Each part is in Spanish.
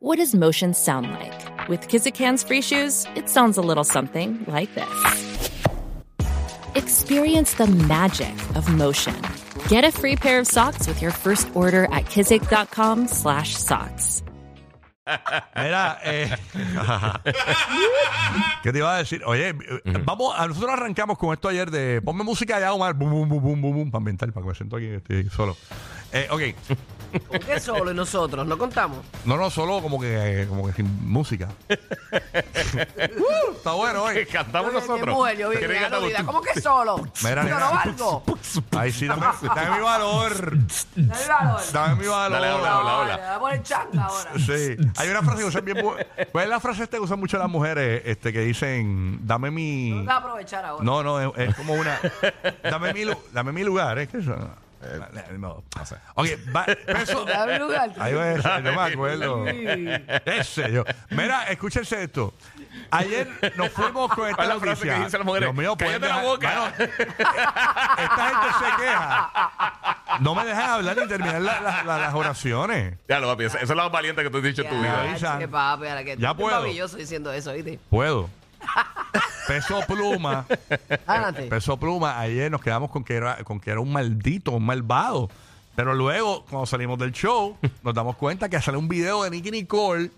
What does motion sound like? With Kizikans free shoes, it sounds a little something like this. Experience the magic of motion. Get a free pair of socks with your first order at kizik.com/socks. Mira, eh, ¿qué te iba a decir? Oye, eh, vamos, a- nosotros arrancamos con esto ayer de ponme música ya, Omar, bum, bum, bum, bum, bum, bum, para ambientar, para que me siento aquí estoy solo. Eh, ok, ¿Por qué solo y nosotros? ¿No contamos? no, no, solo como que, eh, como que sin música. Uh, está bueno hoy. Cantamos Yo, nosotros. qué mujer, yo ¿Quieres vivía que la cantamos vida. tú? ¿Cómo que solo? Mira, yo mira. no valgo. Ahí sí, dame, dame mi valor. Dale valor. Dame mi valor. Dale, habla, habla, Ahora, habla. le damos el chat ahora. Sí. Hay una frase que usan bien. bu- ¿Cuál es la frase esta que usan mucho las mujeres? Este, que dicen, dame mi. Vamos a aprovechar ahora. No, no, es, es como una. Dame mi, lu- dame mi lugar, es que eso. No, no sé. Ok, va, peso. Dame un lugar. Ahí va ese, yo me acuerdo. Ese yo. Mira, escúchense esto. Ayer nos fuimos con esta ¿Cuál es la noticia. frase que dicen las mujeres? Dios mío, pueden ¡Cállate la dejar- boca! Mano, esta gente se queja. No me dejan hablar ni terminar la- la- la- las oraciones. Ya lo papi, esa esa es la más valiente que tú has dicho en tu Ya, vida. ahí sal. che, papi, ahora que Ya estoy puedo. maravilloso diciendo eso, ¿viste? Puedo. Peso pluma. Ándate. Peso pluma, ayer nos quedamos con que era, con que era un maldito, un malvado. Pero luego, cuando salimos del show, nos damos cuenta que sale un video de Nicky Nicole,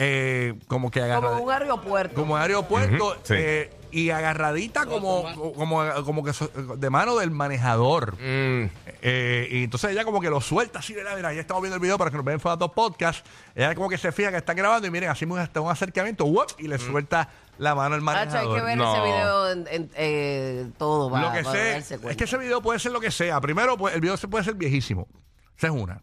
eh, como que agarra, Como un aeropuerto. como en aeropuerto, Ujú, sí. eh, y agarradita como, como, como que so- de mano del manejador. Mm, Eh, y entonces ella como que lo suelta así, mira, mira, ya estamos viendo el video para que nos vean fuera dos podcasts. Ella como que se fija que están grabando y miren, hacemos hasta un acercamiento, ¡wop! y Mm. le suelta la mano al Hacho, hay que manejador. ver No. ese video en, en- eh, todo para, lo que para sé darse es cuenta. que ese video puede ser lo que sea. Primero, pues, el video se puede ser viejísimo. Esa es una.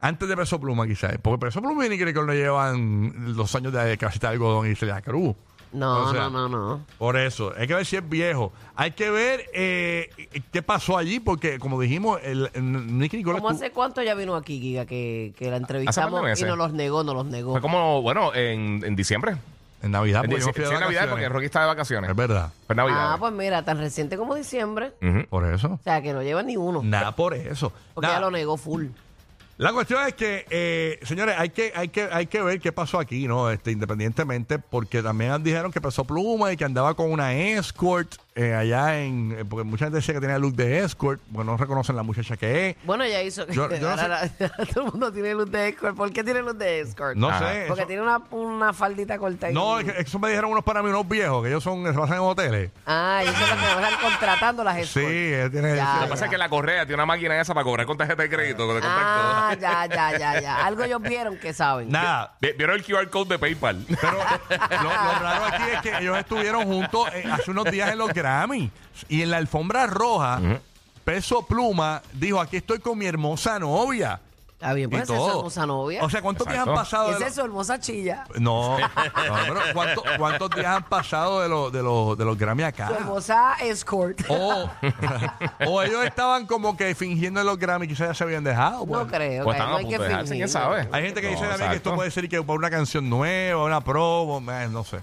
Antes de Peso Pluma, quizás. Porque Peso Pluma y Nicky Nicole no llevan los años de casita de algodón y se la cruz. No, O sea, no, no, no. Por eso, hay que ver si es viejo. Hay que ver eh, qué pasó allí, porque como dijimos, el, el Nicky Nicole ¿Cómo estuvo- hace cuánto ya vino aquí, Giga, que, Ah, que la par de entrevistamos y meses. nos los negó, nos los negó? Fue como, bueno, en, en diciembre. en Navidad. En porque Ah, pues, yo dic- me fui de sí, en Navidad, vacaciones. porque Rocky está de vacaciones. Es verdad. Fue en Navidad. Ah, pues mira, tan reciente como diciembre. Ujú. Por eso. O sea, que no lleva ni uno. Nada por eso. Porque Nada. ya lo negó full. La cuestión es que, eh, señores, hay que, hay, que, hay que ver qué pasó aquí, ¿no? Este, independientemente, porque también dijeron que pasó pluma y que andaba con una escort eh, allá en. eh, porque mucha gente decía que tenía look de escort, porque no reconocen la muchacha que es. Bueno, ya hizo. Yo- yo no Ahora la- todo el mundo tiene luz de escort. ¿Por qué tiene luz de escort? No Ajá. sé. Porque eso- tiene una, una faldita corta. y- no, es que- eso me dijeron unos para mí, unos viejos, que ellos son, se pasan en hoteles. Ah, y eso es lo que nos están contratando las Sí, escort. eh, tiene. Ah, Ya, Lo que pasa es que la correa tiene una máquina esa para cobrar con tarjeta de crédito, de contacto. Ah, ya, ya, ya, ya. Algo ellos vieron que saben. Nada. Vi- ¿Vieron el QR code de PayPal? Pero lo, lo raro aquí es que ellos estuvieron juntos eh, hace unos días en los Grammy. Y en la alfombra roja, Peso Pluma dijo: Aquí estoy con mi hermosa novia. Está bien, Y pues esa es todo. su hermosa novia. O sea, ¿cuántos Exacto. días han pasado? de esa es lo- su hermosa chilla. No, no, pero ¿cuánto- ¿cuántos días han pasado de, los de, los de los Grammy acá? Su hermosa escort. O, o ellos estaban como que fingiendo en los Grammy, quizás ya se habían dejado. pues. No creo. O que están no a hay que punto de dejarse, fingir. quién sabe. Hay gente que No, dice también que esto exacto. puede ser que para una canción nueva, una promo, man, no sé.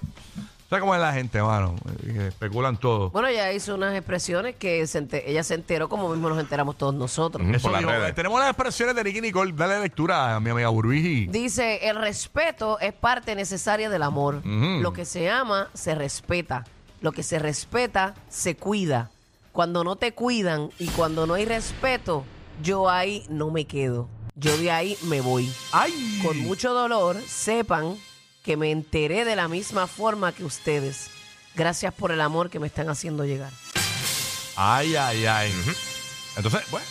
¿Sabes cómo es la gente, mano? Que especulan todo. Bueno, ella hizo unas expresiones que se ente- ella se enteró como mismo nos enteramos todos nosotros. Ujú. Eso por las dijo, redes. tenemos las expresiones de Nicky Nicole. Dale lectura a mi amiga Burbiji. Dice, el respeto es parte necesaria del amor. Lo que se ama, se respeta. Lo que se respeta, se cuida. Cuando no te cuidan y cuando no hay respeto, yo ahí no me quedo. Yo de ahí me voy. ¡Ay! Con mucho dolor, sepan que me enteré de la misma forma que ustedes. Gracias por el amor que me están haciendo llegar. Ay, ay, ay. Entonces, bueno,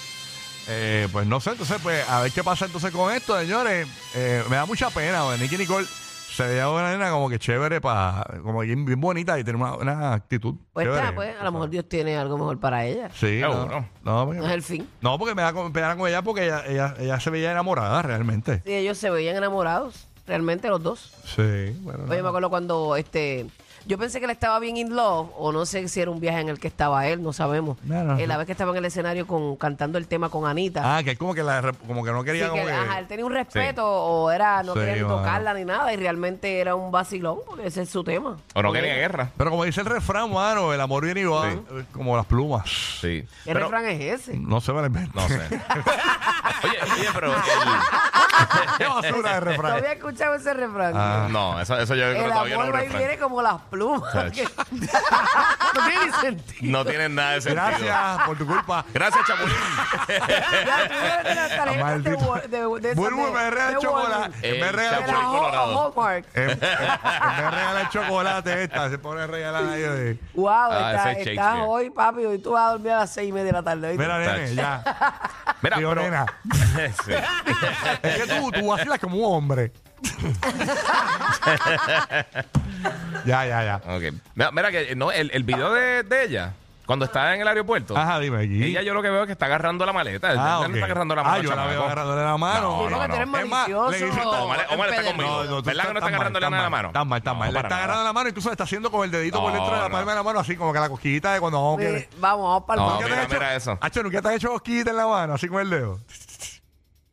eh, pues no sé, entonces, pues a ver qué pasa entonces con esto, señores. Eh, me da mucha pena, bueno, Nicky Nicole se veía una nena como que chévere, pa, como bien, bien bonita y tiene una, una actitud. Pues chévere. está, pues, a lo mejor Dios tiene algo mejor para ella. Sí, no, Seguro. no, pues, porque- No es el fin. no, porque me da con- pena con ella porque ella, ella, ella se veía enamorada realmente. Sí, ellos se veían enamorados, realmente los dos. Sí, bueno. Oye, me nada. acuerdo cuando este Yo pensé que él estaba bien in love, o no sé si era un viaje en el que estaba él, no sabemos. No, no, Eh, la no. vez que estaba en el escenario con, cantando el tema con Anita. Ah, que él como que, la, re- como que no Sí, quería. que, como que- ajá, él tenía un respeto o era no Sí, quería ni mano. tocarla ni nada y realmente era un vacilón porque ese es su tema. O no quería guerra. Pero como dice el refrán, mano, el amor viene y va Sí. eh, como las plumas. Sí. ¿Qué Pero- refrán es ese? No se me la invento. No sé. oye, oye, pero. el- Qué basura de No refrán. había escuchado ese refrán. no, eso, eso yo creo que el Ah, todavía no es amor un va y refrán. viene como las plumas. Chacho. no tiene ni sentido. No tienen nada de sentido. Gracias por tu culpa. Gracias, Chapulín. Ya tú debes tener las tarjetas Maldito. de Wal- de- de esas Vuelvo y de- me regala de chocolate. Walmart. Eh, Me regala De Chapulín. chocolate. la Hall- Colorado. Hallmark. Me eh, regala chocolate esta. Se pone a regalar ahí. de- Wow, Ah, está- ese es estás Shakespeare. hoy, papi. Hoy tú vas a dormir a las seis y media de la tarde. ¿oíste? Mira, nene, Tacho. ya. Mira, Digo, pero- nena. Sí. Es que tú, tú vacilas como un hombre. ya, ya, ya. Ok. Mira, mira que no, el, el video de, de ella, cuando está en el aeropuerto, Ajá, dime aquí. ella yo lo que veo es que está agarrando la maleta. Ella Ah, no ok. está agarrando la Ah, mano. yo la chamaco. veo agarrándole la mano. No, Digo no, que tú eres no. Es más, malicioso. le dice, Omar- Omar está empedernido. conmigo. tú ¿Verdad que no está estás mal, agarrándole estás nada mal, la mano? Está mal, está No, mal. Le para está nada. agarrando la mano, incluso le está haciendo con el dedito por No, dentro de la no. palma de la mano, así como que la cosquillita de cuando no quiere. Sí, Vamos, vamos para el No, ¿Nunca baño. te mira, has hecho- mira eso. Hacho, ¿nunca te has hecho cosquillita en la mano, así con el dedo?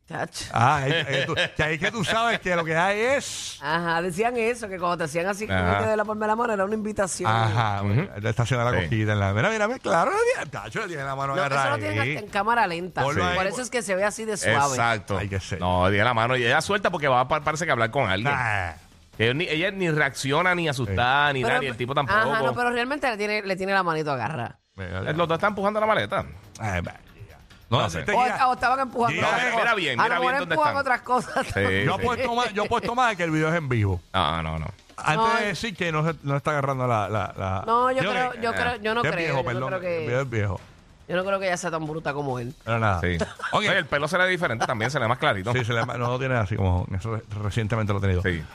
Chacho. Ah, ahí- ahí tú- que ahí que tú sabes que lo que hay es... Ajá, decían eso, que cuando te hacían así con Ajá. el dedo de la palma de la mano era una invitación. Ajá, le está haciendo la Sí. cosquillita en la... Mira, mira, mira, claro, le tiene- Tacho, le tiene la mano No, eso agarrada lo tienen ahí. hasta en cámara lenta. Ponlo Por ahí, eso es que se ve así de suave. Exacto. Hay que ser. No, tiene la mano y ella suelta porque va a pa- parece que hablar con alguien. Ah. Ella ni, ella ni reacciona, ni asustada, ni nada, ni el tipo tampoco. Ajá, no, pero realmente le tiene, le tiene la manito agarrada. Mira, Eh, Los dos están empujando la maleta. Ay, vaya. No, No si sé. te O, guía- o estaban empujando. No, mira- mira bien, mira a lo bien mejor dónde empujan están. otras cosas. Sí, yo, sí. apuesto más, yo apuesto más que el video es en vivo. Ah, no, no. Antes No, de decir que no, se, no está agarrando la... la, la- No, yo creo- que- yo creo- yo no es creo, Viejo, yo no perdón, creo que- El video es viejo. Yo no creo que ella sea tan bruta como él. Pero nada. Sí. Ok. Oye, el pelo se le ve diferente también, se le ve más clarito. Sí, se le, no lo tiene así como eso re- recientemente lo he tenido. Sí.